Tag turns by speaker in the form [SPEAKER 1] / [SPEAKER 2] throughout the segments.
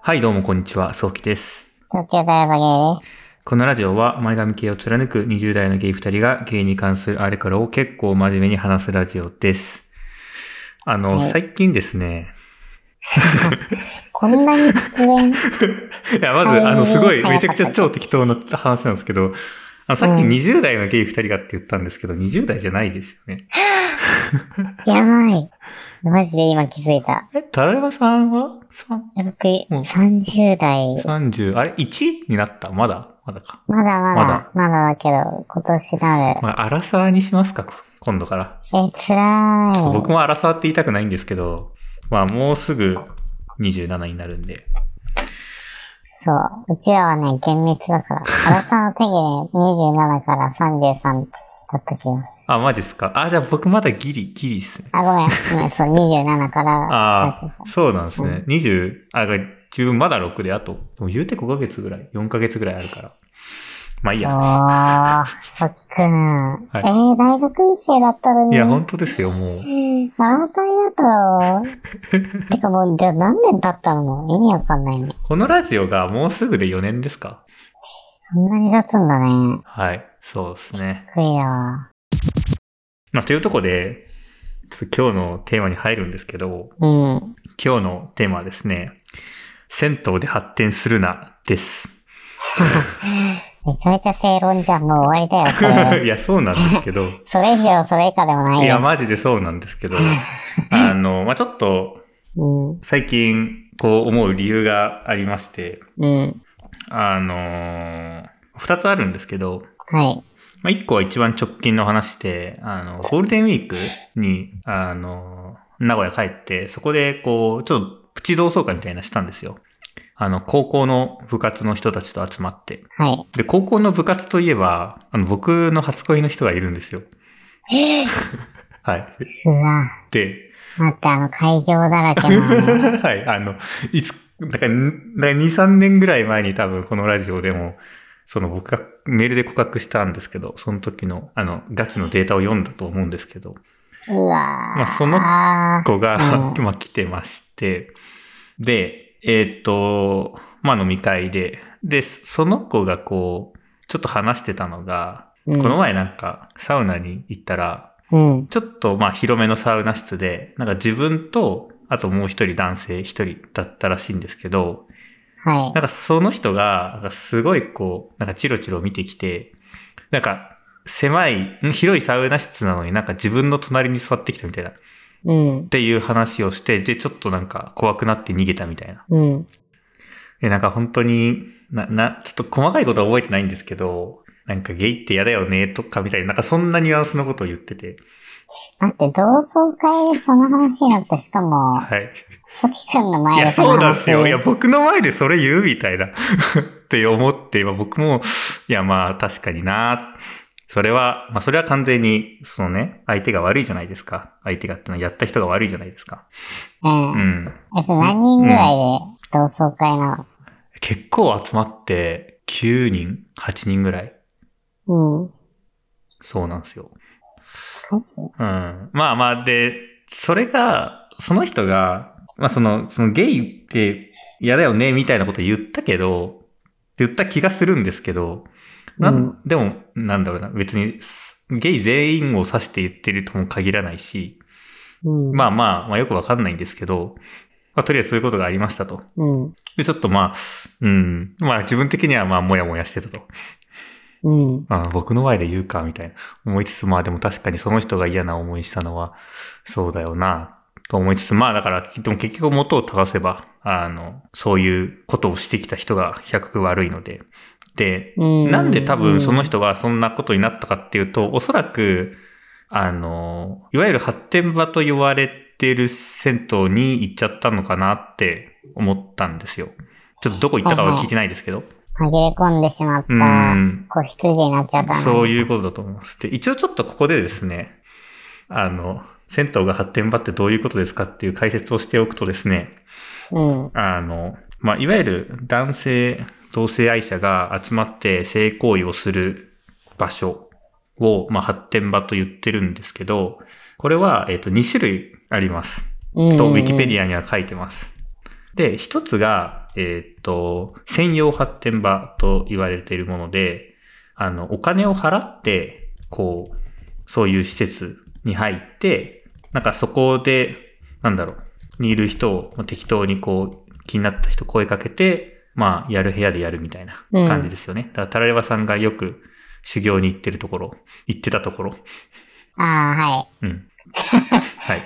[SPEAKER 1] はい、どうもこんにちは、そうきです。
[SPEAKER 2] 東京大和芸です。
[SPEAKER 1] このラジオは前髪系を貫く20代のゲイ2人がゲイに関するあれからを結構真面目に話すラジオです。あの、
[SPEAKER 2] はい
[SPEAKER 1] 最近ですね、
[SPEAKER 2] こんなに突然、
[SPEAKER 1] いや、まず、
[SPEAKER 2] はい
[SPEAKER 1] あの、すごい、
[SPEAKER 2] はい
[SPEAKER 1] めちゃくちゃ超適当な話なんですけど、あの、さっき
[SPEAKER 2] うん
[SPEAKER 1] 20代のゲイ2人がって言ったんですけど、20代じゃないですよね。
[SPEAKER 2] や ばい。マジで今気づいた。
[SPEAKER 1] え、タラヤマさんはさう
[SPEAKER 2] 僕、
[SPEAKER 1] ん
[SPEAKER 2] 30代。
[SPEAKER 1] ?30、あれ ?1 になったまだまだか。
[SPEAKER 2] まだまだ、まだだけど、今年なる。
[SPEAKER 1] まあ、アラサーにしますか、こ今度から。
[SPEAKER 2] え、つら
[SPEAKER 1] ちょっと
[SPEAKER 2] ーい。
[SPEAKER 1] 僕も荒さって言いたくないんですけど、まあもうすぐ27になるんで。
[SPEAKER 2] そう。うちらはね、厳密だから。アラサーの定義ね、27から33だった気がする。
[SPEAKER 1] あ、マジっすか。あ、じゃあ僕まだギリ、ギリっすね。
[SPEAKER 2] あ、ごめん。ごめん、そう、27から。
[SPEAKER 1] ああ、そうなんですね。20、あ、が自分まだ6で、あと、でも言うて5ヶ月ぐらい、4ヶ月ぐらいあるから。まあいい
[SPEAKER 2] お
[SPEAKER 1] や。
[SPEAKER 2] ー、さきくん。えー、大学院生だったのに。
[SPEAKER 1] いや、本当ですよ、もう。
[SPEAKER 2] マラソンだったろてかもう、じゃあ何年経ったの意味わかんないね。
[SPEAKER 1] このラジオがもうすぐで4年ですか。
[SPEAKER 2] そんなに経つんだね。
[SPEAKER 1] はい。そうですね。
[SPEAKER 2] 悔いだわ。
[SPEAKER 1] まあ、というとこで、ちょっと今日のテーマに入るんですけど、
[SPEAKER 2] うん。
[SPEAKER 1] 今日のテーマはですね、銭湯で発展するな、です。
[SPEAKER 2] めちゃめちゃ正論じゃん。もう終わりだ よ、それ。
[SPEAKER 1] いや、そうなんですけど。
[SPEAKER 2] それ以上、それ以下でもない
[SPEAKER 1] いや、
[SPEAKER 2] よ。
[SPEAKER 1] マジでそうなんですけど。あの、まあ、ちょっと、
[SPEAKER 2] うん。うん。
[SPEAKER 1] 最近、こう思う理由がありまして、
[SPEAKER 2] うん。
[SPEAKER 1] あのー二つあるんですけど、
[SPEAKER 2] はい。
[SPEAKER 1] まあ、一個は一番直近の話で、あの、ゴールデンウィークに、あのー名古屋帰って、そこで、こう、ちょっと、プチ同窓会みたいなのしたんですよ。あの、高校の部活の人たちと集まって。
[SPEAKER 2] はい。
[SPEAKER 1] で、高校の部活といえば、あの、僕の初恋の人がいるんですよ。はい。
[SPEAKER 2] うわ。
[SPEAKER 1] で、
[SPEAKER 2] 待って、あの、開業だらけ の。
[SPEAKER 1] はい、あの、いつ、だから、んだから2、3年ぐらい前に多分このラジオでも、その僕がメールで告白したんですけど、その時の、あの、ガチのデータを読んだと思うんですけど、
[SPEAKER 2] うわ
[SPEAKER 1] まあその
[SPEAKER 2] あー
[SPEAKER 1] 子が、
[SPEAKER 2] う
[SPEAKER 1] まあ来てまして、で、えっ、と、まあ飲み会で、で、その子がこう、ちょっと話してたのが、
[SPEAKER 2] うん
[SPEAKER 1] この前なんかサウナに行ったら、
[SPEAKER 2] うん。
[SPEAKER 1] ちょっとまあ広めのサウナ室で、なんか自分と、あともう一人男性一人だったらしいんですけど、
[SPEAKER 2] は
[SPEAKER 1] なんかその人が、なんかすごいこう、なんかチロチロ見てきて、なんか狭い、ん広いサウナ室なのになんか自分の隣に座ってきたみたいな、っ
[SPEAKER 2] い。うん。
[SPEAKER 1] ていう話をして、で、ちょっとなんか怖くなって逃げたみたいな。
[SPEAKER 2] うん。
[SPEAKER 1] で、なんか本当に、な、な、ちょっと細かいことは覚えてないんですけど、なんかゲイって嫌だよね、とかみたいな、なんかそんなニュアンスのことを言ってて、
[SPEAKER 2] 待って、同窓会でその話になって、しかも、
[SPEAKER 1] はい。
[SPEAKER 2] さきくんの
[SPEAKER 1] い
[SPEAKER 2] 前
[SPEAKER 1] や、
[SPEAKER 2] でそ
[SPEAKER 1] そ
[SPEAKER 2] の話。
[SPEAKER 1] うなんですよ。いや、僕の前でそれ言うみたいな。 って思って、まあ、僕も、いや、まあ、確かにな。それは、まあ、それは完全に、そのね、相手が悪いじゃないですか。相手がってのはやった人が悪いじゃないですか。
[SPEAKER 2] うん
[SPEAKER 1] う。ん。
[SPEAKER 2] えっと、何人ぐらいで同窓会な
[SPEAKER 1] 結構集まって、9人、8人ぐらい。
[SPEAKER 2] のうん。
[SPEAKER 1] そうなんですよ。
[SPEAKER 2] マジ
[SPEAKER 1] うん。まあまあ、で、それが、その人が、まあその、そのゲイって嫌だよね、みたいなこと言ったけど、言った気がするんですけど、な
[SPEAKER 2] うん
[SPEAKER 1] でも、なんだろうな、別に、すゲイ全員を指して言ってるとも限らないし、
[SPEAKER 2] うん。
[SPEAKER 1] まあまあ、まあよくわかんないんですけど、まあとりあえずそういうことがありましたと。
[SPEAKER 2] うん。
[SPEAKER 1] で、ちょっとまあ、うん、まあ自分的にはまあ、もやもやしてたと。
[SPEAKER 2] うん。
[SPEAKER 1] あ僕の前で言うか、みたいな思いつつ、まあでも確かにその人が嫌な思いしたのは、そうだよな、と思いつつ、まあだから、でも結局元を正せば、あの、そういうことをしてきた人が100悪いので。で、
[SPEAKER 2] うん。
[SPEAKER 1] なんで多分その人がそんなことになったかっていうと、おそらく、あの、いわゆる発展場と言われてる銭湯に行っちゃったのかなって思ったんですよ。ちょっとどこ行ったかは聞いてないですけど。
[SPEAKER 2] 紛れ込んでしまっ
[SPEAKER 1] うん
[SPEAKER 2] た、子羊になっちゃったね。
[SPEAKER 1] そういうことだと思います。で、一応ちょっとここでですね、あの、銭湯が発展場ってどういうことですかっていう解説をしておくとですね、
[SPEAKER 2] うん。
[SPEAKER 1] あの、まあ、いわゆる男性、同性愛者が集まって性行為をする場所を、まあ、発展場と言ってるんですけど、これは、えっ、と、2種類あります。
[SPEAKER 2] うん。
[SPEAKER 1] と、ウィキペデ
[SPEAKER 2] ィ
[SPEAKER 1] ィアには書いてます。で、一つが、が、えーっと、専用発展場と言われているもので、あの、お金を払って、こう、そういう施設に入って、なんかそこで、なんだろう、にいる人を適当にこう、気になった人声かけて、まあ、やる部屋でやるみたいな感じですよね。だから、タラレバさんがよく修行に行ってるところ、行ってたところ、
[SPEAKER 2] あ
[SPEAKER 1] うん。はい。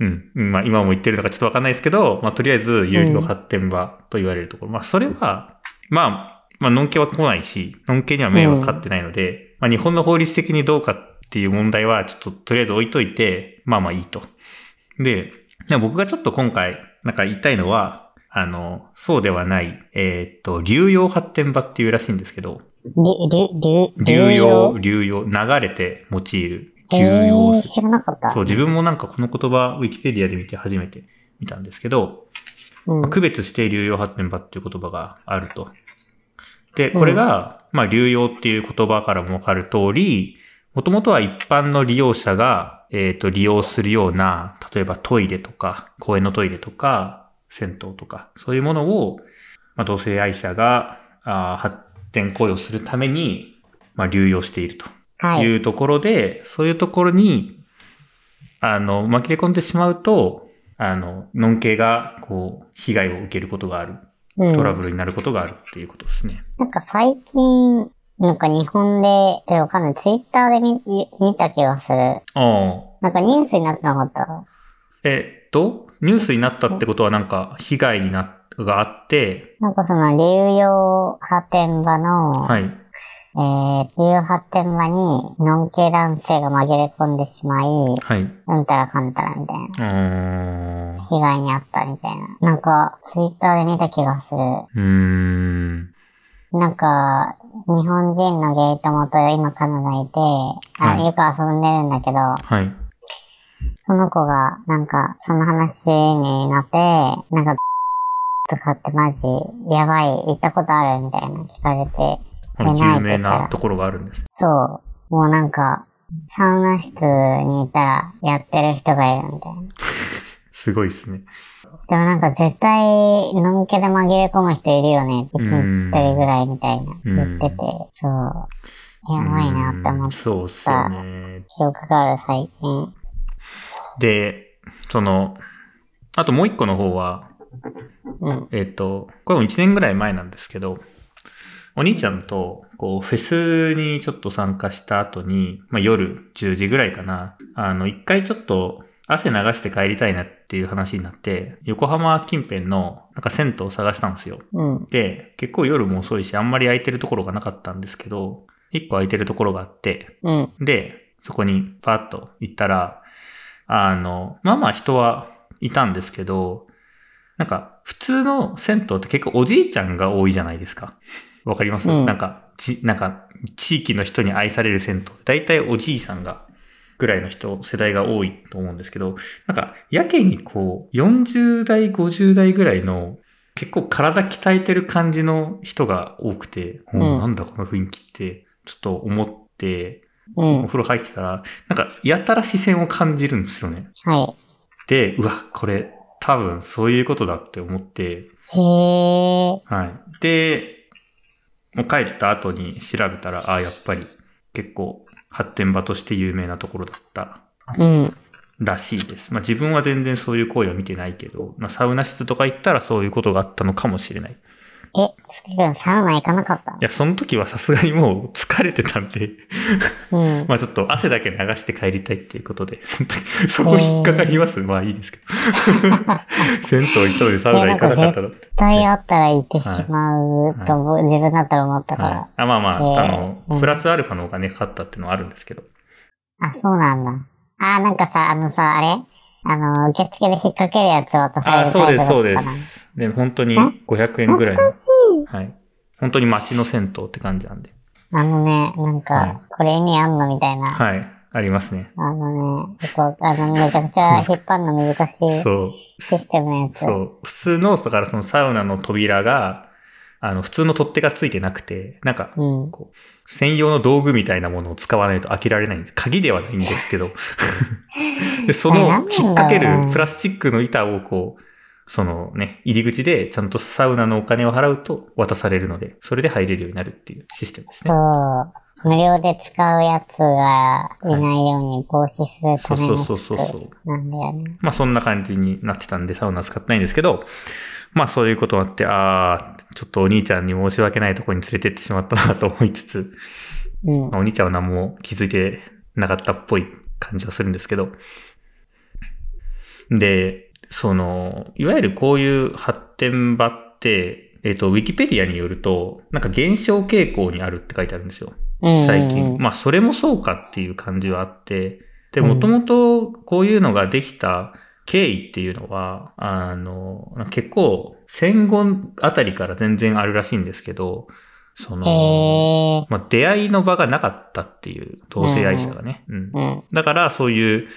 [SPEAKER 1] うん。うんまあ、今も言ってるのかちょっとわかんないですけど、まあ、とりあえず、有料発展場と言われるところ。まあ、それは、まあ、まあ、のんけは来ないし、のんけには迷惑かかってないので、まあ、日本の法律的にどうかっていう問題は、ちょっととりあえず置いといて、まあまあいいと。で、でも僕がちょっと今回、なんか言いたいのは、あの、そうではない、えーっと、流用発展場っていうらしいんですけど、
[SPEAKER 2] はい。りゅ、りゅ、りゅ、
[SPEAKER 1] 流用、流用、流れて用いる、
[SPEAKER 2] え
[SPEAKER 1] 流用
[SPEAKER 2] ー、知らなかった。
[SPEAKER 1] そう、自分もなんかこの言葉、ウィキペディアで見て初めて見たんですけど、
[SPEAKER 2] うん。
[SPEAKER 1] まあ区別して流用発展場っていう言葉があると。で、これが、まあ、流用っていう言葉からもわかる通り、もともとは一般の利用者が、えっ、と、利用するような、例えばトイレとか、公園のトイレとか、銭湯とか、そういうものを、まあ、同性愛者が、あー発展行為をするために、まあ、流用していると。
[SPEAKER 2] はいい。
[SPEAKER 1] うところで、そういうところに、あの、紛れ込んでしまうと、あの、ノン系が、こう、被害を受けることがある。
[SPEAKER 2] うん
[SPEAKER 1] トラブルになることがあるっていうことですね。
[SPEAKER 2] なんか最近、なんか日本で、え、わかんない。ツイッターで見、見た気がする。
[SPEAKER 1] ああ。
[SPEAKER 2] なんかニュースになってなかった。
[SPEAKER 1] えっと、ニュースになったってことはなんか、被害にな、があって、
[SPEAKER 2] なんかその、流用発展場の、
[SPEAKER 1] はい。
[SPEAKER 2] えー、流用発展場に、のんけ男性が紛れ込んでしまい、
[SPEAKER 1] はい。
[SPEAKER 2] うんたらかんたらみたいな。
[SPEAKER 1] うーん。う
[SPEAKER 2] 被害に遭ったみたいな。なんか、ツイッターで見た気がする。
[SPEAKER 1] ーん。
[SPEAKER 2] なんか、日本人のゲイ友と今カナダいて、あ、
[SPEAKER 1] うん
[SPEAKER 2] よく遊んでるんだけど、
[SPEAKER 1] はい。
[SPEAKER 2] その子が、なんか、その話になって、なんか、 とかってマジ、やばい、行ったことあるみたいな聞かれて、
[SPEAKER 1] あの
[SPEAKER 2] でない
[SPEAKER 1] 有名なところがあるんです。
[SPEAKER 2] そう、もうなんか、サウナ室にいたらやってる人がいるみたいな。
[SPEAKER 1] すごいですね。
[SPEAKER 2] でもなんか絶対、のんけで紛れ込む人いるよね。一日一人ぐらいみたいな、言ってて、そう。やばいなって思
[SPEAKER 1] う
[SPEAKER 2] っ
[SPEAKER 1] んそうっすよね。
[SPEAKER 2] 記憶がある最近。
[SPEAKER 1] で、その、あともう一個の方は、
[SPEAKER 2] うん。
[SPEAKER 1] えっ、と、これも1年ぐらい前なんですけど、お兄ちゃんと、こう、フェスにちょっと参加した後に、まあ、夜10時ぐらいかな、あの、一回ちょっと汗流して帰りたいなっていう話になって、横浜近辺の、なんか銭湯を探したんですよ。
[SPEAKER 2] うん。
[SPEAKER 1] で、結構夜も遅いし、あんまり空いてるところがなかったんですけど、一個空いてるところがあって、
[SPEAKER 2] うん。
[SPEAKER 1] で、そこにパーッと行ったら、あの、まあまあ人はいたんですけど、なんか普通の銭湯って結構おじいちゃんが多いじゃないですか。わかります、
[SPEAKER 2] うん
[SPEAKER 1] なんか、ち、なんか地域の人に愛される銭湯。大体おじいさんが、ぐらいの人、世代が多いと思うんですけど、なんか、やけにこう、40代、50代ぐらいの、結構体鍛えてる感じの人が多くて、うんなんだこの雰囲気って、ちょっと思って、
[SPEAKER 2] うん
[SPEAKER 1] お。風呂入ってたら、なんか、やたら視線を感じるんですよね。
[SPEAKER 2] は
[SPEAKER 1] で、うわ、これ、多分そういうことだって思って、
[SPEAKER 2] い。へー。
[SPEAKER 1] はい。で、もう帰った後に調べたら、ああ、やっぱり結構発展場として有名なところだった
[SPEAKER 2] うん。
[SPEAKER 1] らしいです。まあ自分は全然そういう行為は見てないけど、まあサウナ室とか行ったらそういうことがあったのかもしれない。い
[SPEAKER 2] え、すきくんサウナ行かなかった
[SPEAKER 1] や、その時はさすがにもう疲れてたんで、
[SPEAKER 2] うん。
[SPEAKER 1] まあちょっと汗だけ流して帰りたいっていうことで、 その時そこ引っかかりますまあいいですけど。 銭湯行ったのにサウナ行かなかったら。
[SPEAKER 2] 絶対あったら行ってしまうと思う、自分だったら思ったから。
[SPEAKER 1] はい、あまあまあ、
[SPEAKER 2] えー
[SPEAKER 1] あ
[SPEAKER 2] う
[SPEAKER 1] の、
[SPEAKER 2] ん
[SPEAKER 1] プラスアルファのお金かかったっていうのはあるんですけど。
[SPEAKER 2] あ、そうなんだ。あー、なんかさ、あのさ、あれあの、受付で引っ掛けるやつ渡され
[SPEAKER 1] あ
[SPEAKER 2] る
[SPEAKER 1] そう
[SPEAKER 2] タイ
[SPEAKER 1] で
[SPEAKER 2] プ
[SPEAKER 1] す、
[SPEAKER 2] だった
[SPEAKER 1] そう
[SPEAKER 2] か
[SPEAKER 1] で
[SPEAKER 2] な。
[SPEAKER 1] す。で、本当に
[SPEAKER 2] え
[SPEAKER 1] 500円ぐらいの。はい。本当に街の銭湯って感じなんで。
[SPEAKER 2] あのね、なん
[SPEAKER 1] はい
[SPEAKER 2] か、これ意味あんのみたいな。
[SPEAKER 1] はい。ありますね。
[SPEAKER 2] あのね、こう、あの、めちゃくちゃ引っ張るの難しい
[SPEAKER 1] そう。
[SPEAKER 2] システムのやつ。
[SPEAKER 1] そう。普通の、だからそのサウナの扉が、あの、普通の取っ手がついてなくて、なんか、
[SPEAKER 2] うん。
[SPEAKER 1] こう、専用の道具みたいなものを使わないと開けられないんです。鍵ではないん ですけど。で、そ
[SPEAKER 2] あれ
[SPEAKER 1] の
[SPEAKER 2] な
[SPEAKER 1] 引
[SPEAKER 2] ん
[SPEAKER 1] っ
[SPEAKER 2] なんだろう
[SPEAKER 1] 掛けるプラスチックの板をこう、そのね、入り口でちゃんとサウナのお金を払うと渡されるので、それで入れるようになるっていうシステムです
[SPEAKER 2] そ
[SPEAKER 1] ね。
[SPEAKER 2] う。無料で使うやつがいないように防止する
[SPEAKER 1] そ
[SPEAKER 2] た
[SPEAKER 1] う
[SPEAKER 2] め
[SPEAKER 1] そう
[SPEAKER 2] の
[SPEAKER 1] そう
[SPEAKER 2] ス
[SPEAKER 1] そう
[SPEAKER 2] ク
[SPEAKER 1] そう。
[SPEAKER 2] なんだよね。
[SPEAKER 1] まあそんな感じになってたんでサウナ使ってないんですけど、まあそういうこともあって、ああ、ちょっとお兄ちゃんに申し訳ないとこに連れてってしまったなと思いつつ、
[SPEAKER 2] うん。
[SPEAKER 1] まあお兄ちゃんは何も気づいてなかったっぽい感じはするんですけど。で、その、いわゆるこういう発展場って、えっ、と、ウィキペディアによると、なんか減少傾向にあるって書いてあるんですよ。
[SPEAKER 2] うん
[SPEAKER 1] 最
[SPEAKER 2] うん
[SPEAKER 1] 近。
[SPEAKER 2] うん
[SPEAKER 1] まあ、それもそうかっていう感じはあって、で、
[SPEAKER 2] うん
[SPEAKER 1] もともとこういうのができた経緯っていうのは、あの、結構戦後あたりから全然あるらしいんですけど、その、
[SPEAKER 2] へえ。
[SPEAKER 1] まあ、出会いの場がなかったっていう、同性愛者がね。うん
[SPEAKER 2] うん。
[SPEAKER 1] だから、そういう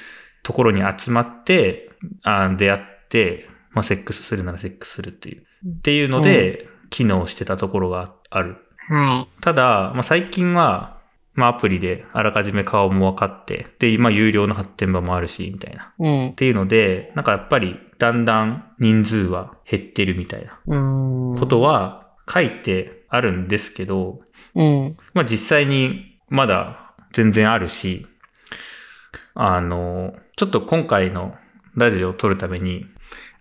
[SPEAKER 1] ところに集まって、あ出会って、まあ、セックスするならセックスするっていう。っていうので、機能してたところがある。
[SPEAKER 2] はい。
[SPEAKER 1] ただ、まあ、最近は、まあ、アプリであらかじめ顔も分かって、で、今、有料の発展場もあるし、みたいな。
[SPEAKER 2] うん
[SPEAKER 1] っ。ていうので、なんかやっぱり、だんだん人数は減ってるみたいな
[SPEAKER 2] うん。
[SPEAKER 1] ことは書いてあるんですけど、
[SPEAKER 2] うん。
[SPEAKER 1] まあ実際にまだ全然あるし、あの、ちょっと今回のラジオを撮るために、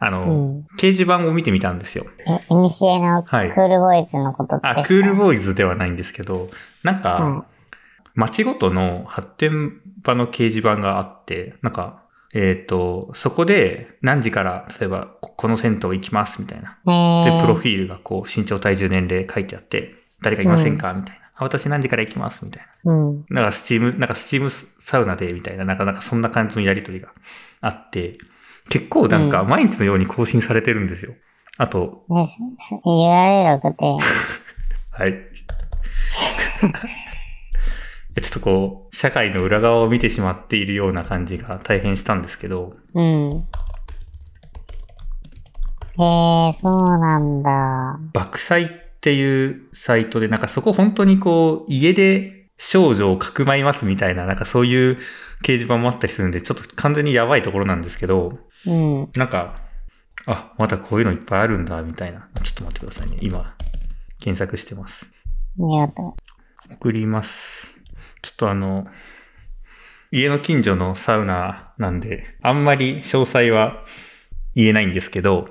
[SPEAKER 1] あ
[SPEAKER 2] う
[SPEAKER 1] の、
[SPEAKER 2] ん。
[SPEAKER 1] 掲示板を見てみたんですよ。
[SPEAKER 2] え、いにしえのク
[SPEAKER 1] はい
[SPEAKER 2] ールボーイズのことですか
[SPEAKER 1] あ、クールボーイズではないんですけど、なん
[SPEAKER 2] うん
[SPEAKER 1] か、街ごとの発展場の掲示板があって、なんか、えっ、と、そこで何時から、例えば、ここの銭湯行きますみたいな。
[SPEAKER 2] へ
[SPEAKER 1] で、
[SPEAKER 2] え。
[SPEAKER 1] プロフィールがこう、身長、体重、年齢書いてあって、誰かいませんかみたいな。あ、私何時から行きますみたいな。
[SPEAKER 2] うん。
[SPEAKER 1] なんかスチーム、なんかスチームサウナでみたいな、なんかなんかそんな感じのやりとりがあって、結構なんか
[SPEAKER 2] う
[SPEAKER 1] 毎日のように更新されてるんですよ。あと、
[SPEAKER 2] で、URL 送 って。
[SPEAKER 1] はい。 ちょっとこう、社会の裏側を見てしまっているような感じが大変したんですけど、
[SPEAKER 2] うん。へえ、そうなんだ。
[SPEAKER 1] 爆祭っていうサイトで、なんかそこ本当にこう、家で少女をかくまいますみたいな、なんかそういう掲示板もあったりするんで、ちょっと完全にやばいところなんですけど、
[SPEAKER 2] うん。
[SPEAKER 1] なんか、あ、またこういうのいっぱいあるんだ、みたいな。ちょっと待ってくださいね。今、検索してます。
[SPEAKER 2] ありがと
[SPEAKER 1] 送ります。ちょっとあの、家の近所のサウナなんで、あんまり詳細は言えないんですけど、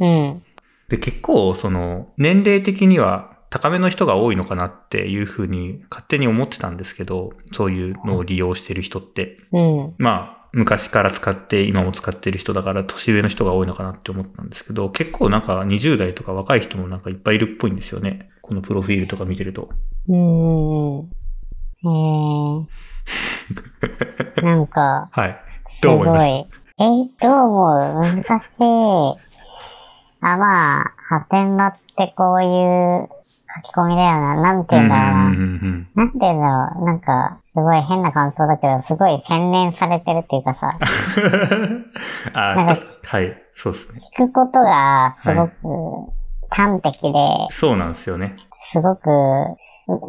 [SPEAKER 2] う。うん。
[SPEAKER 1] で結構、その、年齢的には高めの人が多いのかなっていうふうに勝手に思ってたんですけど、そういうのを利用してる人って。
[SPEAKER 2] うん。
[SPEAKER 1] まあ、昔から使って、今も使ってる人だから、年上の人が多いのかなって思ったんですけど、結構なんか20代とか若い人もなんかいっぱいいるっぽいんですよね。このプロフィールとか見てると。
[SPEAKER 2] うんうんうん。へえ。なんか、
[SPEAKER 1] はい。
[SPEAKER 2] す
[SPEAKER 1] どう
[SPEAKER 2] ご
[SPEAKER 1] 思
[SPEAKER 2] い。
[SPEAKER 1] い
[SPEAKER 2] え
[SPEAKER 1] ま、し
[SPEAKER 2] どう思う難しい。あ、まあ、発展場ってこういう書き込みだよな。なんて
[SPEAKER 1] た
[SPEAKER 2] 言うんだろうな。
[SPEAKER 1] うんうんうん
[SPEAKER 2] なんて言うんだろう。なんか、すごい変な感想だけど、すごい洗練されてるっていうかさ、
[SPEAKER 1] うん。あ
[SPEAKER 2] なんか
[SPEAKER 1] たはい。そうですね。
[SPEAKER 2] 聞くことがすごく端的で、
[SPEAKER 1] そうなんですよね。
[SPEAKER 2] すごく、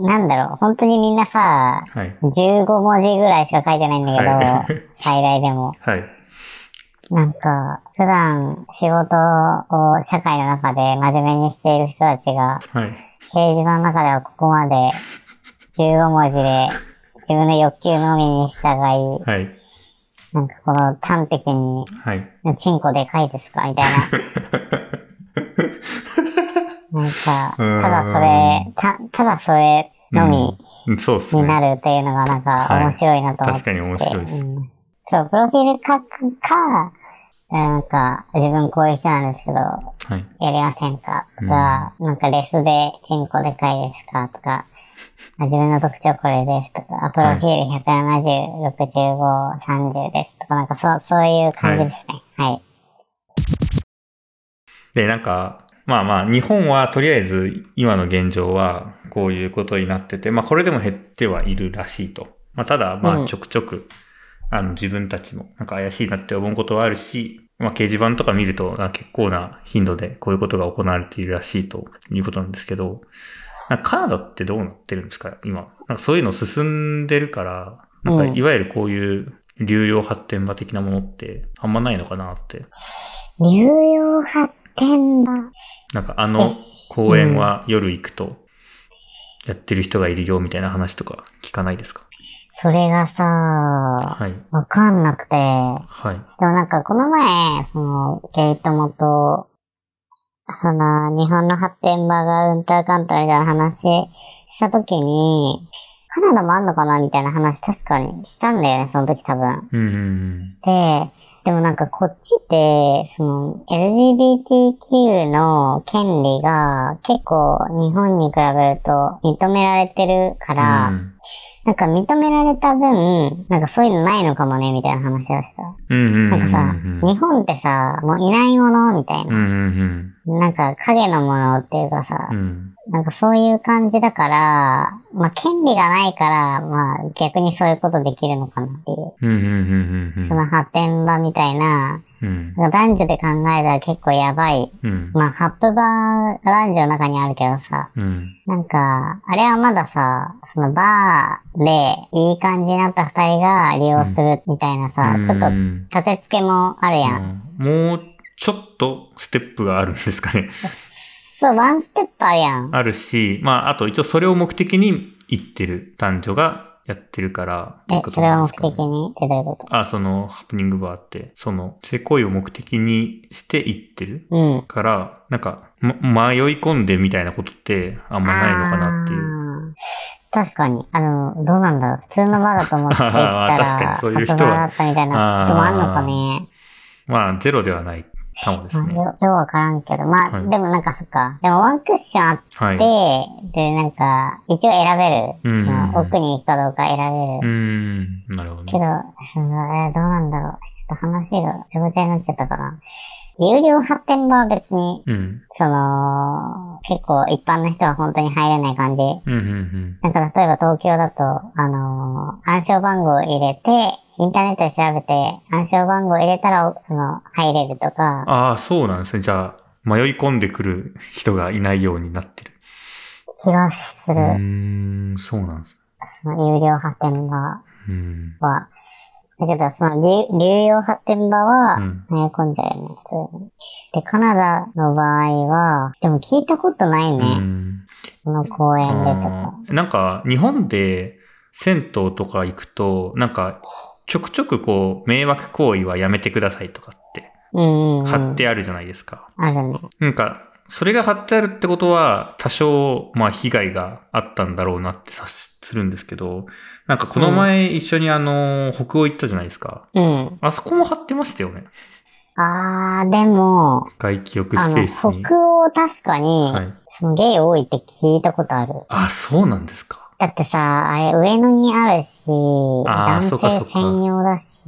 [SPEAKER 2] なんだろう。本当にみんなさ、
[SPEAKER 1] はい。
[SPEAKER 2] 15文字ぐらいしか書いてないんだけど、
[SPEAKER 1] は
[SPEAKER 2] 最大でも。
[SPEAKER 1] はい。
[SPEAKER 2] なんか、普段仕事を社会の中で真面目にしている人たちが、
[SPEAKER 1] はい。
[SPEAKER 2] 掲示板の中ではここまで15文字で自分の欲求のみに従い、
[SPEAKER 1] はい。
[SPEAKER 2] なんかこの端的に、
[SPEAKER 1] はい。
[SPEAKER 2] チンコでかいですかみたい な。なんか、
[SPEAKER 1] うーん
[SPEAKER 2] ただそれ、た、ただそれのみ
[SPEAKER 1] うんそうです
[SPEAKER 2] にな
[SPEAKER 1] ね。
[SPEAKER 2] るというのがなんか
[SPEAKER 1] はい
[SPEAKER 2] 面白いなと思って。
[SPEAKER 1] 確かに面白いです。
[SPEAKER 2] うんそう、プロフィール書くか、なんか、自分こういう人なんですけど、や
[SPEAKER 1] はい。
[SPEAKER 2] りませんかとか、なんかレスでチンコでかいですかとか、あ自分の特徴これですとか、あプロフィール170、65、30ですとか、なんかそう、そういう感じですね。はい。
[SPEAKER 1] で、なんか、まあまあ、日本はとりあえず今の現状はこういうことになってて、まあこれでも減ってはいるらしいと。まあただ、ま
[SPEAKER 2] う
[SPEAKER 1] あ
[SPEAKER 2] ん
[SPEAKER 1] ちょくちょく、あの自分たちもなんか怪しいなって思うことはあるし、まあ掲示板とか見るとなんか結構な頻度でこういうことが行われているらしいということなんですけど、なんかカナダってどうなってるんですか今。なんかそういうの進んでるから、なんか
[SPEAKER 2] うん
[SPEAKER 1] いわゆるこういう流用発展場的なものってあんまないのかなって。
[SPEAKER 2] 流用発展場。
[SPEAKER 1] なんかあの
[SPEAKER 2] よし
[SPEAKER 1] 公園は夜行くとやってる人がいるよみたいな話とか聞かないですか
[SPEAKER 2] それがさ、わ
[SPEAKER 1] はい。
[SPEAKER 2] かんなくて。
[SPEAKER 1] はい。
[SPEAKER 2] でもなんかこの前、その、ゲイ友と、その、日本の発展場がうんたらかんたらみたいな話したときに、カナダもあんのかなみたいな話確かにしたんだよね、その時多分。
[SPEAKER 1] うんうん
[SPEAKER 2] で、でもなんかこっちって、その LGBTQ の権利が結構日本に比べると認められてるか
[SPEAKER 1] う
[SPEAKER 2] ら、
[SPEAKER 1] ん。
[SPEAKER 2] なんか認められた分、なんかそういうのないのかもね、みたいな話をした。
[SPEAKER 1] うんうんうん。
[SPEAKER 2] なんかさ、日本ってさ、もういないものみたい
[SPEAKER 1] うんう
[SPEAKER 2] な。
[SPEAKER 1] ん
[SPEAKER 2] なんか影のものっていうかさ、
[SPEAKER 1] うん。うん。
[SPEAKER 2] なんかそういう感じだから、まあ権利がないから、まあ逆にそういうことできるのかなっていう。
[SPEAKER 1] うんうんうんうん
[SPEAKER 2] その発展場みたいな、
[SPEAKER 1] うん。
[SPEAKER 2] 男女で考えたら結構やばい。
[SPEAKER 1] うん。
[SPEAKER 2] まあ、ハップバーが男女の中にあるけどさ、
[SPEAKER 1] うん。
[SPEAKER 2] なんか、あれはまださ、そのバーでいい感じになった二人が利用するみたいなさ、ちょっと
[SPEAKER 1] うん
[SPEAKER 2] 立て付けもあるやん。
[SPEAKER 1] もうちょっとステップがあるんですかね。
[SPEAKER 2] そう、ワンステップあるやん。
[SPEAKER 1] あるし、まあ、あと一応それを目的に言ってる男女がやってるからっていう
[SPEAKER 2] え、
[SPEAKER 1] こと
[SPEAKER 2] それ
[SPEAKER 1] な
[SPEAKER 2] を
[SPEAKER 1] ん
[SPEAKER 2] 目
[SPEAKER 1] ですかね
[SPEAKER 2] 的にってどういうこ
[SPEAKER 1] あ、そのハプニングバーって、その性行為を目的にして行ってる
[SPEAKER 2] とうん。
[SPEAKER 1] から、なんか、ま、迷い込んでみたいなことってあんまないのかなっていう。
[SPEAKER 2] う。確かに。あの、どうなんだろう。普通のバーだと思って行った
[SPEAKER 1] あー
[SPEAKER 2] ら、
[SPEAKER 1] 確かにそういう人は
[SPEAKER 2] ハップバーだったみたいなこともあんのかね。
[SPEAKER 1] まあ、ゼロではないかもですね
[SPEAKER 2] ま。あよよくわからんけど。まあ、
[SPEAKER 1] はい
[SPEAKER 2] でもなんかそっか。でもワンクッションあって、
[SPEAKER 1] はい。
[SPEAKER 2] で、なんか、一応選べる。
[SPEAKER 1] うん
[SPEAKER 2] その奥に行くかどうか選
[SPEAKER 1] うー
[SPEAKER 2] べる。
[SPEAKER 1] ん、なるほど
[SPEAKER 2] け
[SPEAKER 1] ね
[SPEAKER 2] ど、。そのえーどうなんだろう。ちょっと話がごちゃごちゃになっちゃったかな。有料発展場は別に、
[SPEAKER 1] うん。
[SPEAKER 2] その、結構一般の人は本当に入れない感じ。
[SPEAKER 1] うん、うん、
[SPEAKER 2] なんか例えば東京だと、あのー暗証番号を入れて、インターネットで調べて、暗証番号を入れたら、その、入れるとか
[SPEAKER 1] うん。、ああ、そうなんですね。じゃあ、迷い込んでくる人がいないようになってる。
[SPEAKER 2] 気はす
[SPEAKER 1] う
[SPEAKER 2] る。
[SPEAKER 1] ーん、そうなんです。
[SPEAKER 2] その、有料発展場
[SPEAKER 1] うん。
[SPEAKER 2] は、だけど、その流、流用発展場は
[SPEAKER 1] う、ん。
[SPEAKER 2] 迷い込んじゃうよね、普通に。で、カナダの場合は、でも聞いたことないうね、
[SPEAKER 1] ん
[SPEAKER 2] この公園でとか。
[SPEAKER 1] うんなんか、日本で銭湯とか行くと、なんか、ちょくちょくこう、迷惑行為はやめてくださいとかって
[SPEAKER 2] うん、うん。
[SPEAKER 1] 貼ってあるじゃないですか。
[SPEAKER 2] あるね。
[SPEAKER 1] なんか、それが貼ってあるってことは、多少、まあ、被害があったんだろうなって察するんですけど、なんかこの前一緒にあの、北欧行ったじゃないですか。
[SPEAKER 2] うん。
[SPEAKER 1] あそこも貼ってましたよね。
[SPEAKER 2] あー、でも、
[SPEAKER 1] 外気浴
[SPEAKER 2] あ
[SPEAKER 1] スペー
[SPEAKER 2] の、
[SPEAKER 1] スに。
[SPEAKER 2] 北欧確かに、
[SPEAKER 1] はい。
[SPEAKER 2] そのゲイ多いって聞いたことある。
[SPEAKER 1] あ、そうなんですか。
[SPEAKER 2] だってさ、あれ上野にあるし、
[SPEAKER 1] あー
[SPEAKER 2] 男
[SPEAKER 1] そうかそう
[SPEAKER 2] 性
[SPEAKER 1] か
[SPEAKER 2] 専用だし、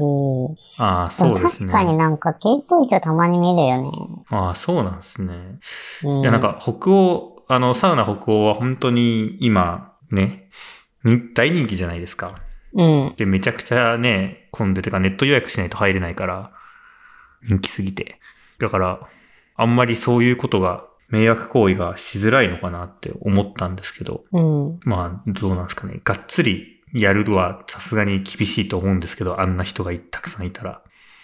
[SPEAKER 1] ああ、そうです
[SPEAKER 2] 確
[SPEAKER 1] ね。
[SPEAKER 2] かになんかゲイっぽい人たまに見るよね。
[SPEAKER 1] ああ、そうなんですね。
[SPEAKER 2] うん、
[SPEAKER 1] いや、なんか北欧、あの、サウナ北欧は本当に今、ね、に大人気じゃないですか。
[SPEAKER 2] うん。
[SPEAKER 1] で、めちゃくちゃね、混んでてか、ネット予約しないと入れないから、人気すぎて。だから、あんまりそういうことが、迷惑行為がしづらいのかなって思ったんですけど、
[SPEAKER 2] うん。
[SPEAKER 1] まあ、どうなんですかね。がっつりやるのはさすがに厳しいと思うんですけど、あんな人がいたくさんいたら。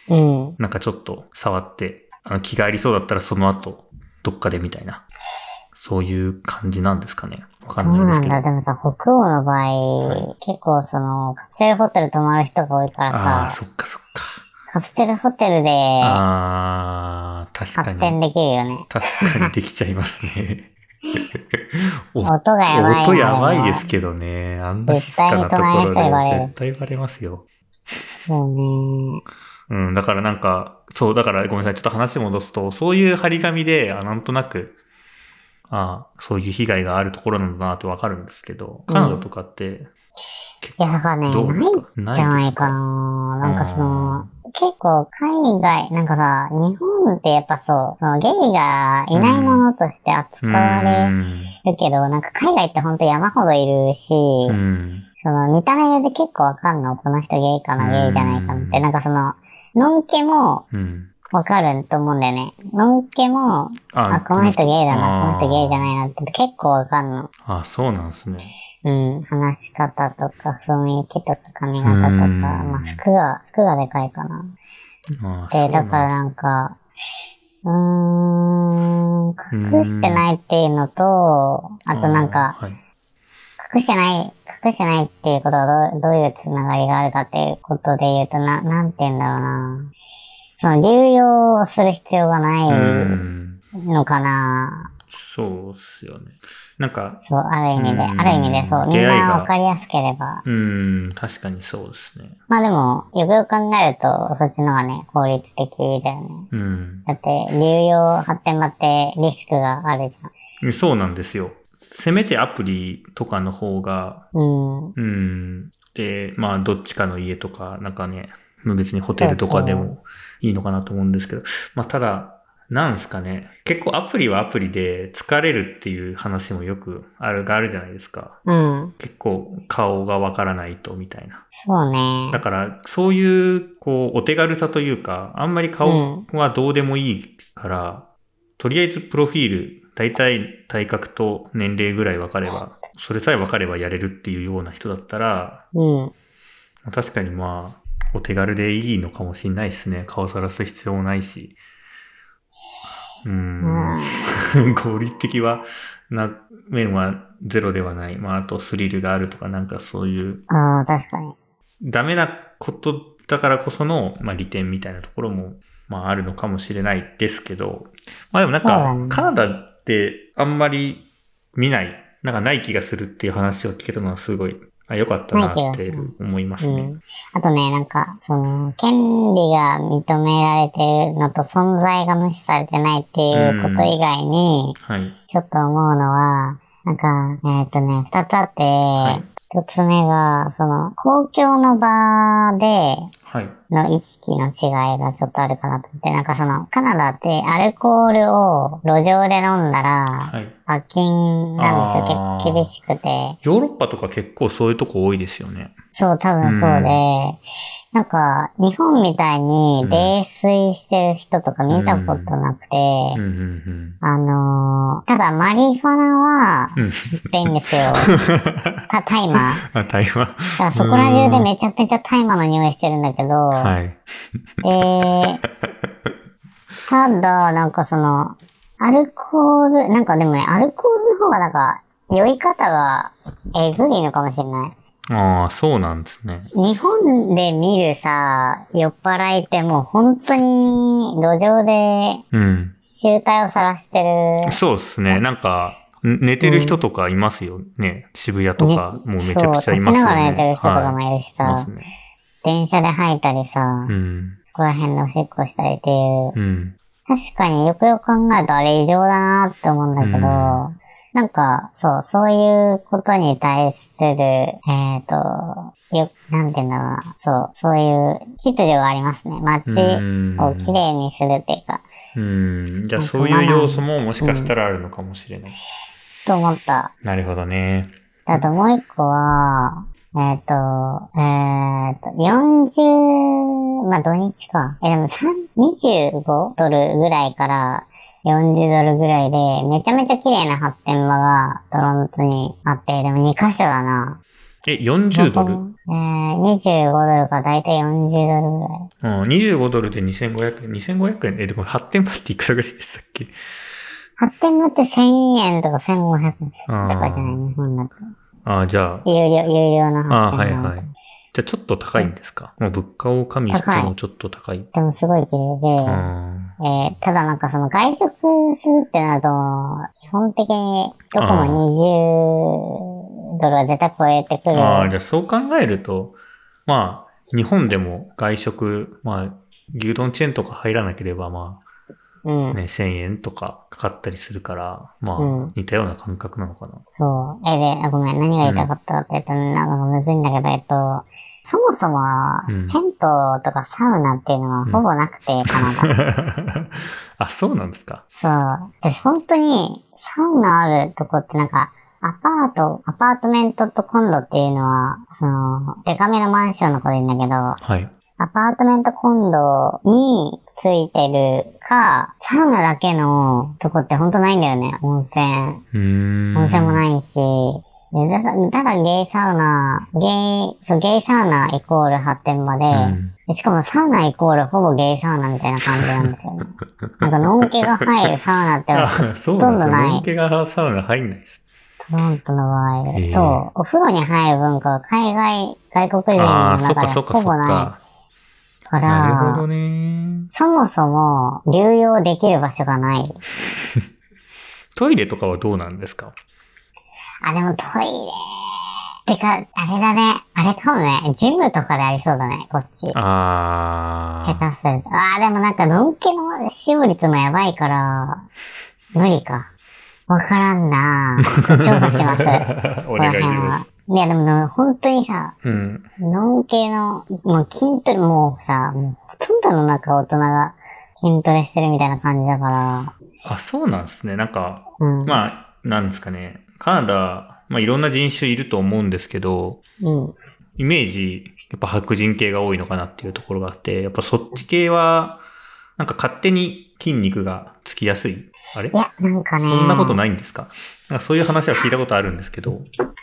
[SPEAKER 2] うん。
[SPEAKER 1] なんかちょっと触って、あの気がありそうだったらその後、どっかでみたいな、そういう感じなんですかね。わか
[SPEAKER 2] そ
[SPEAKER 1] んな
[SPEAKER 2] う
[SPEAKER 1] いで
[SPEAKER 2] な
[SPEAKER 1] す
[SPEAKER 2] ん
[SPEAKER 1] けど。
[SPEAKER 2] だ。でもさ、北欧の場合、
[SPEAKER 1] は
[SPEAKER 2] 結構その、カプセルホテル泊まる人が多いか
[SPEAKER 1] あ
[SPEAKER 2] ら
[SPEAKER 1] あ、そ
[SPEAKER 2] さ、
[SPEAKER 1] っかそっか。
[SPEAKER 2] カプセルホテルで
[SPEAKER 1] ああ、確か
[SPEAKER 2] 発
[SPEAKER 1] に。
[SPEAKER 2] 展できるよね。
[SPEAKER 1] 確かにできちゃいますね。お
[SPEAKER 2] 音が やばい。
[SPEAKER 1] 音やばいです。けどね。あんな静かなところで絶対バレますよ。
[SPEAKER 2] そうね。
[SPEAKER 1] うん、だからなんか、そう、だからごめんなさい、ちょっと話戻すと、そういう張り紙で、あなんとなく、あそういう被害があるところなんだなってわかるんですけど、
[SPEAKER 2] うん
[SPEAKER 1] カナダとかって、
[SPEAKER 2] いや、だからね、
[SPEAKER 1] どう
[SPEAKER 2] な
[SPEAKER 1] で
[SPEAKER 2] い
[SPEAKER 1] す
[SPEAKER 2] ん
[SPEAKER 1] か、な
[SPEAKER 2] じゃないか
[SPEAKER 1] で
[SPEAKER 2] な。
[SPEAKER 1] す
[SPEAKER 2] なんかその、、結構海外、なんかさ、日本ってやっぱそう、そのゲイがいないものとして扱われるけど、なんか海外ってほんと山ほどいるし、
[SPEAKER 1] うん。うん。
[SPEAKER 2] その見た目で結構わかんの。この人ゲイかな、
[SPEAKER 1] うん
[SPEAKER 2] ゲイじゃないかなって。なんかその、のんけも
[SPEAKER 1] うん。
[SPEAKER 2] わかると思うんだよね。のんけも、
[SPEAKER 1] あ
[SPEAKER 2] あ、この人ゲイだ
[SPEAKER 1] あ
[SPEAKER 2] な、
[SPEAKER 1] ー
[SPEAKER 2] この人ゲイじゃないなって結構わかんの。
[SPEAKER 1] あ、そうなんですね。
[SPEAKER 2] うん。話し方とか雰囲気とか髪型とか、
[SPEAKER 1] うん
[SPEAKER 2] まあ服が、服がでかいかな。
[SPEAKER 1] あ
[SPEAKER 2] で、だか
[SPEAKER 1] な
[SPEAKER 2] らなんんか、うーん、隠してないっていうのと、あとなんか、
[SPEAKER 1] はい、
[SPEAKER 2] 隠してない、隠してないっていうことはどうどういうつながりがあるかっていうことで言うと、な、なんて言うんだろうな。その、流用をする必要が
[SPEAKER 1] う。
[SPEAKER 2] なんいのかな。
[SPEAKER 1] そうっすよね。なんか、
[SPEAKER 2] そう、ある意味で、
[SPEAKER 1] うん
[SPEAKER 2] ある意味でそう、み
[SPEAKER 1] 出
[SPEAKER 2] ん
[SPEAKER 1] 会いが
[SPEAKER 2] なわかりやすければ。
[SPEAKER 1] うん、確かにそうですね。
[SPEAKER 2] まあでも、よくよく考えると、そっちの方がね、効率的だよね。
[SPEAKER 1] うん。
[SPEAKER 2] だって、流用発展場ってリスクがあるじゃん。
[SPEAKER 1] そうなんですよ。せめてアプリとかの方が、
[SPEAKER 2] うん。
[SPEAKER 1] うん。で、まあ、どっちかの家とか、なんかね、別にホテルとかでもいいのかなと思うんですけど、まあ、ただ、なんですかね。結構アプリはアプリで疲れるっていう話もよくある、があるじゃないですか。
[SPEAKER 2] うん。
[SPEAKER 1] 結構顔がわからないとみたいな。
[SPEAKER 2] そうね
[SPEAKER 1] だ。から、そういう、こう、お手軽さというか、あんまり顔はどうでもいいから、とりあえずプロフィール、大体体格と年齢ぐらい分かれば、それさえ分かればやれるっていうような人だったら、
[SPEAKER 2] うん。
[SPEAKER 1] 確かにまあ、お手軽でいいのかもしれないですね。顔さらす必要もないし。うーん。 合理的は、な、面はゼロではない。まあ、あとスリルがあるとか、なんかそういう
[SPEAKER 2] ああ、確かに。
[SPEAKER 1] ダメなことだからこその、まあ、利点みたいなところも、まあ、あるのかもしれないですけど、まあ、でもなん
[SPEAKER 2] そうだ
[SPEAKER 1] か
[SPEAKER 2] ね、
[SPEAKER 1] カナダってあんまり見ない、なんかない気がするっていう話を聞けたのはすごい、あ良かったなっ
[SPEAKER 2] ない
[SPEAKER 1] て
[SPEAKER 2] 気がする
[SPEAKER 1] 思います
[SPEAKER 2] う
[SPEAKER 1] ね。
[SPEAKER 2] ん。あとね、なんか、その、権利が認められてるのと存在が無視されてないっていうこと以外に、
[SPEAKER 1] はい。
[SPEAKER 2] ちょっと思うのは、なんか、えっ、とね、二つあって、
[SPEAKER 1] い
[SPEAKER 2] 一つ目が、その、公共の場で、
[SPEAKER 1] はい。
[SPEAKER 2] の意識の違いがちょっとあるかなと思って、なんかその、カナダってアルコールを路上で飲んだら、
[SPEAKER 1] はい。
[SPEAKER 2] 罰金なんですよ
[SPEAKER 1] あ、ー
[SPEAKER 2] け厳しくて。
[SPEAKER 1] ヨーロッパとか結構そういうとこ多いですよね。
[SPEAKER 2] そう、多分そう
[SPEAKER 1] うん
[SPEAKER 2] で、なんか、日本みたいに泥酔してる人とか見たことなくて、
[SPEAKER 1] うんうんうん。
[SPEAKER 2] あのーただマリファナは
[SPEAKER 1] うん
[SPEAKER 2] 吸っていいんですよ。たタイマー。
[SPEAKER 1] あ、台湾。
[SPEAKER 2] だからそこら中でめちゃめちゃタイマーの匂いしてるんだけど、
[SPEAKER 1] はい。
[SPEAKER 2] で、ただ、なんかその、アルコール、なんかでもね、アルコールの方がなんか、酔い方がえぐいのかもしれない。
[SPEAKER 1] ああ、そうなんですね。
[SPEAKER 2] 日本で見るさ、酔っ払いってもう本当に路上で
[SPEAKER 1] うん。
[SPEAKER 2] 集体を晒してる。
[SPEAKER 1] そうですね。なんか、ん寝てる人とかいますよね。渋谷とか、もうめちゃくちゃいますよね。
[SPEAKER 2] そう、立ちながら寝てる人とかもいるしさ、
[SPEAKER 1] はいいますね。
[SPEAKER 2] 電車で吐いたりさ、
[SPEAKER 1] うん。
[SPEAKER 2] そこら辺でおしっこしたりっていう。
[SPEAKER 1] うん。
[SPEAKER 2] 確かによくよく考えるとあれ異常だなって思うんだけど、
[SPEAKER 1] うん
[SPEAKER 2] なんか、そう、そういうことに対する、えっ、と、よ、なんていうんだろうな、そう、そういう秩序がありますね。街
[SPEAKER 1] うん
[SPEAKER 2] をきれいにするっていうか、
[SPEAKER 1] うん。じゃあそういう要素ももしかしたらあるのかもしれない。
[SPEAKER 2] と思った。
[SPEAKER 1] なるほどね。
[SPEAKER 2] あともう一個は、えっ、と、えっ、と、40、まあ、土日か。え、でも3 25ドルぐらいから40ドルぐらいで、めちゃめちゃ綺麗な発展場がトロントにあって、でも2カ所だな。
[SPEAKER 1] え、40ドル、うん、
[SPEAKER 2] えー、25ドルかだいたい40ドルぐらい。
[SPEAKER 1] ?25 ドルで2500円。2500円え、でこれ発展パっていくらぐらいでしたっけ
[SPEAKER 2] 発展場って1000円とか1500円と
[SPEAKER 1] あ
[SPEAKER 2] かじゃない、
[SPEAKER 1] ー
[SPEAKER 2] 日本だと。
[SPEAKER 1] あー、じゃあ。
[SPEAKER 2] 有料、有料の
[SPEAKER 1] あ
[SPEAKER 2] 発
[SPEAKER 1] ーはい
[SPEAKER 2] 展場。
[SPEAKER 1] はい。じゃあちょっと高いんですかもう物価を加味してもちょっと高い。
[SPEAKER 2] でもすごい綺麗で、
[SPEAKER 1] あ
[SPEAKER 2] えーただなんかその外食するってなると、基本的にどこも20ドルは絶対超えてく
[SPEAKER 1] ー
[SPEAKER 2] る。
[SPEAKER 1] あー、じゃあそう考えると、まあ、日本でも外食、まあ、牛丼チェーンとか入らなければ、まあ、
[SPEAKER 2] うん。
[SPEAKER 1] ね、1000円とかかかったりするから、まあ、
[SPEAKER 2] うん
[SPEAKER 1] 似たような感覚なのかな。
[SPEAKER 2] そう。え、で、あごめん、何が言いたかったかって言うと、なんかむずいんだけど、えっと、そもそも
[SPEAKER 1] うん、
[SPEAKER 2] 銭湯とかサウナっていうのはほぼなくて、カナダ。
[SPEAKER 1] あ、そうなんですか。
[SPEAKER 2] そう。で、本当に、サウナあるとこってなんか、アパート、アパートメントとコンドっていうのは、その、デカめのマンションのこと言うんだけど、
[SPEAKER 1] はい。
[SPEAKER 2] アパートメントコンドについてるか、サウナだけのとこってほんとないんだよね。温泉。
[SPEAKER 1] うーん。
[SPEAKER 2] 温泉も
[SPEAKER 1] い。
[SPEAKER 2] ないし。でだただゲイサウナ、ゲイ、そう、ゲイサウナイコール発展場で、
[SPEAKER 1] うん。
[SPEAKER 2] でしかもサウナイコールほぼゲイサウナみたいな感じなんです よね。なんか、のんけが入るサウナって、
[SPEAKER 1] あ、そう
[SPEAKER 2] ほと
[SPEAKER 1] なん
[SPEAKER 2] んど
[SPEAKER 1] です
[SPEAKER 2] ない
[SPEAKER 1] よ。文系がサウナ入んないです。
[SPEAKER 2] トロントの場合
[SPEAKER 1] へ
[SPEAKER 2] で。
[SPEAKER 1] え
[SPEAKER 2] そう。お風呂に入る文化は海外、外国人
[SPEAKER 1] あ
[SPEAKER 2] の
[SPEAKER 1] あ、そっ
[SPEAKER 2] 中
[SPEAKER 1] か
[SPEAKER 2] で
[SPEAKER 1] そ
[SPEAKER 2] は
[SPEAKER 1] っかそ
[SPEAKER 2] ほ
[SPEAKER 1] っ
[SPEAKER 2] ぼな
[SPEAKER 1] か。
[SPEAKER 2] いか
[SPEAKER 1] なる
[SPEAKER 2] ら
[SPEAKER 1] ほ、どね。
[SPEAKER 2] そもそも流用できる場所がない。
[SPEAKER 1] トイレとかはどうなんですか
[SPEAKER 2] あ、でもトイレ。てか、あれだね。あれかもね。ジムとかでありそうだね、こっち。下
[SPEAKER 1] ああ、
[SPEAKER 2] 手すると。ああ、でもなんか、のんけの使用率もやばいから、無理か。わからんなぁ。ちょっと調査しま す。
[SPEAKER 1] お願いします。
[SPEAKER 2] ここら辺は。いや、でもね、本当にさ、
[SPEAKER 1] うん。
[SPEAKER 2] のんけの、もう筋トレ、もうさ、もうほとんどの中大人が筋トレしてるみたいな感じだから、
[SPEAKER 1] あ、そうなんですね。なんか、
[SPEAKER 2] うん。
[SPEAKER 1] まあ、なんですかね。カナダ、まあいろんな人種いると思うんですけど、
[SPEAKER 2] うん。
[SPEAKER 1] イメージ、やっぱ白人系が多いのかなっていうところがあって、やっぱそっち系は、なんか勝手に筋肉がつきやすい。あれ
[SPEAKER 2] いや、なんかね。
[SPEAKER 1] そんなこと
[SPEAKER 2] い。
[SPEAKER 1] ないんですかなんかそういう話は聞いたことあるんですけど、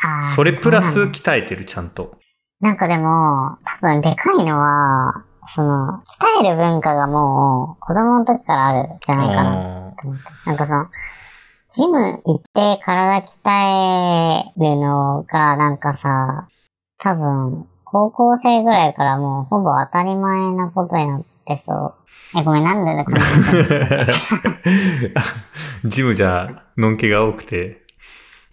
[SPEAKER 2] あー
[SPEAKER 1] それプラス
[SPEAKER 2] そうなんだ
[SPEAKER 1] 鍛えてる、ちゃんと。
[SPEAKER 2] なんかでも、多分でかいのは、その、鍛える文化がもう、子供の時からあるんじゃないかな
[SPEAKER 1] あー
[SPEAKER 2] なんかその、ジム行って体鍛えるのが、なんかさ、多分、高校生ぐらいからもうほぼ当たり前なことになってそう。え、ごめん、なんでだこの 話
[SPEAKER 1] ジムじゃ、のんけが多くて、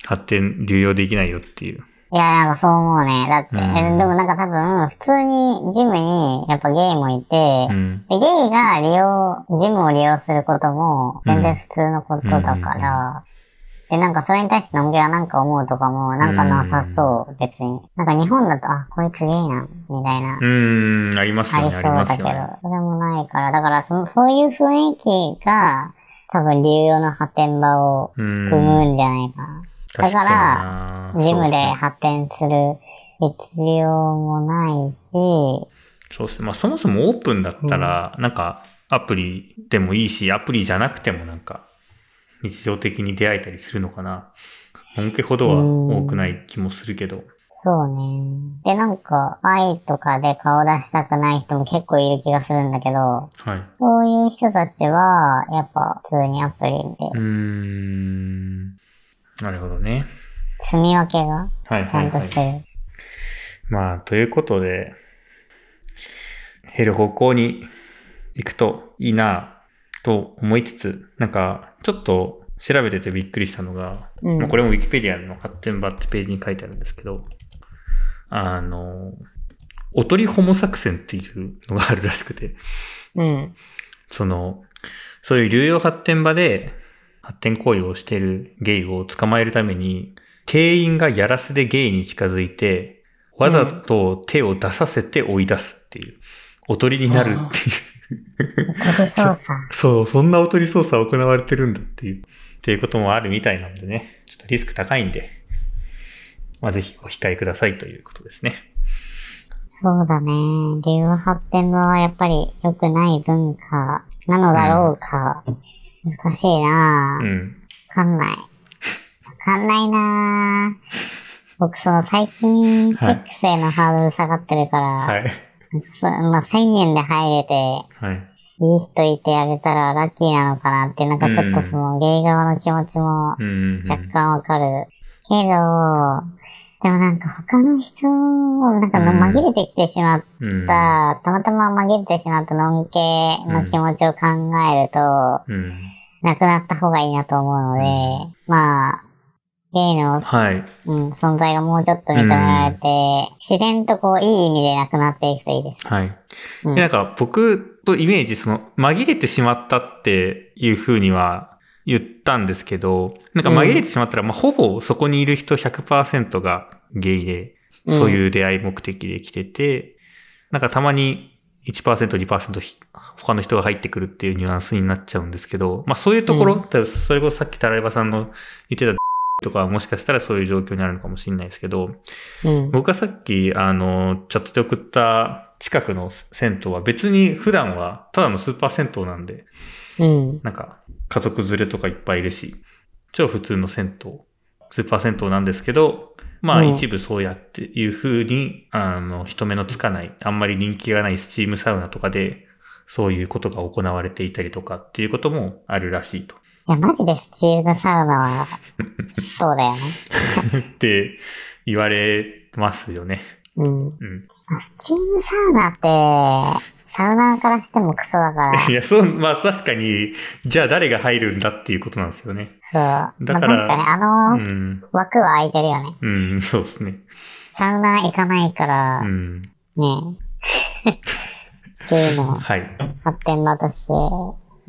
[SPEAKER 1] 発展、流用できないよっていう。
[SPEAKER 2] いや、なんかそう思うね。だって、
[SPEAKER 1] うん
[SPEAKER 2] えでもなんか多分、普通にジムにやっぱゲイもいて、
[SPEAKER 1] うん。
[SPEAKER 2] で、ゲイが利用、ジムを利用することも、全然普通のことだから、で、なんかそれに対してのんげがなんか思うとかも、なんかなさそう、別に。なんか日本だと、あ、こいつゲイな、みたいな、
[SPEAKER 1] うーん、あります
[SPEAKER 2] あ
[SPEAKER 1] よ
[SPEAKER 2] り
[SPEAKER 1] ね、
[SPEAKER 2] そ
[SPEAKER 1] あり
[SPEAKER 2] う
[SPEAKER 1] ま
[SPEAKER 2] だ
[SPEAKER 1] す
[SPEAKER 2] けど、そ
[SPEAKER 1] よね。
[SPEAKER 2] れもないから、だからその、そういう雰囲気が、多分流用の発展場を
[SPEAKER 1] う
[SPEAKER 2] 生
[SPEAKER 1] ー
[SPEAKER 2] む
[SPEAKER 1] ん。
[SPEAKER 2] んじゃないかな。
[SPEAKER 1] 確
[SPEAKER 2] だ
[SPEAKER 1] かにな
[SPEAKER 2] ジム
[SPEAKER 1] そうっす
[SPEAKER 2] で
[SPEAKER 1] ね
[SPEAKER 2] 発展する必要もないし、
[SPEAKER 1] そうですね。まあそもそもオープンだったら、なんかアプリでもいいし、アプリじゃなくてもなんか日常的に出会えたりするのかな。本家ほどは多くない気もするけど。
[SPEAKER 2] そうね。で、なんか、愛とかで顔出したくない人も結構いる気がするんだけど、
[SPEAKER 1] はい。
[SPEAKER 2] そういう人たちは、やっぱ、普通にアプリ
[SPEAKER 1] うー
[SPEAKER 2] で、
[SPEAKER 1] ん。なるほどね。
[SPEAKER 2] 住み分けが、
[SPEAKER 1] はい
[SPEAKER 2] ちゃ
[SPEAKER 1] はい
[SPEAKER 2] んと
[SPEAKER 1] はい
[SPEAKER 2] し。て
[SPEAKER 1] まあ、ということで、減る方向に行くといいなと思いつつ、なんか、ちょっと調べててびっくりしたのが、
[SPEAKER 2] る。うん。
[SPEAKER 1] まあこれも Wikipedia の発展場ってページに書いてあるんですけど、あの、おとりホモ作戦っていうのがあるらしくて、
[SPEAKER 2] うん。
[SPEAKER 1] その、そういう流用発展場で発展行為をしているゲイを捕まえるために、店員がやらせでゲイに近づいて、わざと手を出させて追い出すっていう、おとりになるっていう、
[SPEAKER 2] 手操作。
[SPEAKER 1] そう、そんなおとり操作行われてるんだっていう、っていうこともあるみたいなんでね、ちょっとリスク高いんで、まあ、ぜひお控えくださいということですね。
[SPEAKER 2] そうだね。流用発展場はやっぱり良くない文化なのだろうか。難しいなぁ。
[SPEAKER 1] う
[SPEAKER 2] わ
[SPEAKER 1] ん。
[SPEAKER 2] かんない。わかんないなぁ。僕、その最近、セ
[SPEAKER 1] はい
[SPEAKER 2] ックスへのハードル下がってるから、
[SPEAKER 1] はい。
[SPEAKER 2] そう、まあ、1000円で入れて、
[SPEAKER 1] はい。
[SPEAKER 2] いい人いてあげたらラッキーなのかなって、なんかちょっとその、ゲイ側の気持ちも
[SPEAKER 1] うんうんうん。
[SPEAKER 2] 若干わかる。けど、でもなんか他の人も、なんかの
[SPEAKER 1] うん
[SPEAKER 2] 紛れてきてしまっ
[SPEAKER 1] うん。
[SPEAKER 2] た、たまたま紛れてしまったのんけの気持ちを考えると、
[SPEAKER 1] うん。
[SPEAKER 2] なくなった方がいいなと思うので、まあ、ゲイの、
[SPEAKER 1] はい。
[SPEAKER 2] うん、存在がもうちょっと認められて、自然とこう、いい意味でなくなっていくといいです。
[SPEAKER 1] はい。
[SPEAKER 2] うん
[SPEAKER 1] でなんか僕とイメージ、その、紛れてしまったっていう風には言ったんですけど、なんか紛れてしまったら、まあ、ほぼそこにいる人100%がゲイで、
[SPEAKER 2] うん
[SPEAKER 1] そういう出会い目的で来てて、なんかたまに1%、2%ひ他の人が入ってくるっていうニュアンスになっちゃうんですけど、まあそういうところ、
[SPEAKER 2] うん
[SPEAKER 1] 例えばそれこそさっきタライバさんの言ってたとかはもしかしたらそういう状況にあるのかもしれないですけど、
[SPEAKER 2] うん。
[SPEAKER 1] 僕がさっき、あの、チャットで送った近くの銭湯は別に普段はただのスーパー銭湯なんで、
[SPEAKER 2] うん。
[SPEAKER 1] なんか家族連れとかいっぱいいるし、超普通の銭湯。数パーセントなんですけど、まあ
[SPEAKER 2] うん
[SPEAKER 1] 一部そうやっていう風に、あの、人目のつかない、あんまり人気がないスチームサウナとかで、そういうことが行われていたりとかっていうこともあるらしいと。
[SPEAKER 2] いや、マジでスチームサウナは、そう だよね。
[SPEAKER 1] って言われますよね。
[SPEAKER 2] うん。
[SPEAKER 1] うん。
[SPEAKER 2] スチームサウナって、サウナーからしてもクソだから、
[SPEAKER 1] いや、そう、まあ確かに、じゃあ誰が入るんだっていうことなんですよね。
[SPEAKER 2] そう。
[SPEAKER 1] だ
[SPEAKER 2] まあ、
[SPEAKER 1] か
[SPEAKER 2] 確
[SPEAKER 1] ら
[SPEAKER 2] かにあ
[SPEAKER 1] う
[SPEAKER 2] の
[SPEAKER 1] ん。
[SPEAKER 2] 枠は空いてるよね。
[SPEAKER 1] うん、そうですね。
[SPEAKER 2] サウナー行かないから、
[SPEAKER 1] うん。
[SPEAKER 2] ね。っていうのも
[SPEAKER 1] はい。
[SPEAKER 2] 発展場として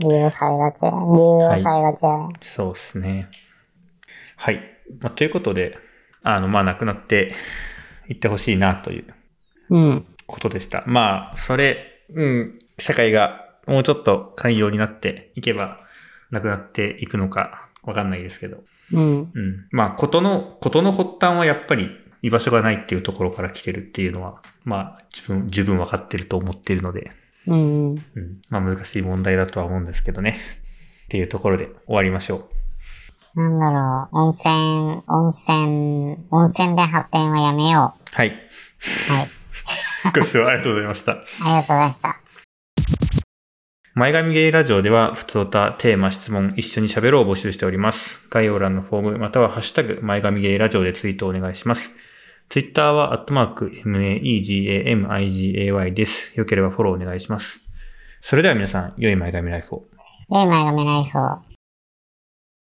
[SPEAKER 2] 利用されがちだよね。利用されがちだよね。
[SPEAKER 1] そうですね。はい。まあということで、あの、まあ、なくなっていってほしいなという
[SPEAKER 2] うん。
[SPEAKER 1] ことでした。まあ、それ、うん、社会がもうちょっと寛容になっていけば、なくなっていくのか、わかんないですけど。
[SPEAKER 2] うん。
[SPEAKER 1] うん。まあ、ことの、ことの発端はやっぱり居場所がないっていうところから来てるっていうのは、まあ、自分、十分わかってると思っているので、
[SPEAKER 2] うん。
[SPEAKER 1] うん。まあ、難しい問題だとは思うんですけどね。っていうところで終わりましょう。
[SPEAKER 2] なんだろう。温泉、温泉、温泉で発展はやめよ
[SPEAKER 1] はい。
[SPEAKER 2] う。はい。
[SPEAKER 1] ご視聴ありがとうございました。
[SPEAKER 2] ありがとうございました。
[SPEAKER 1] 前髪ゲイラジオでは、普通歌、テーマ、質問、一緒に喋ろうを募集しております。概要欄のフォーム、またはハッシュタグ、前髪ゲイラジオでツイートお願いします。ツイッターは、アットマーク、m-a-e-g-a-m-i-g-a-y です。よければフォローお願いします。それでは皆さん、良い前髪ライフを。
[SPEAKER 2] で、前髪ライフを。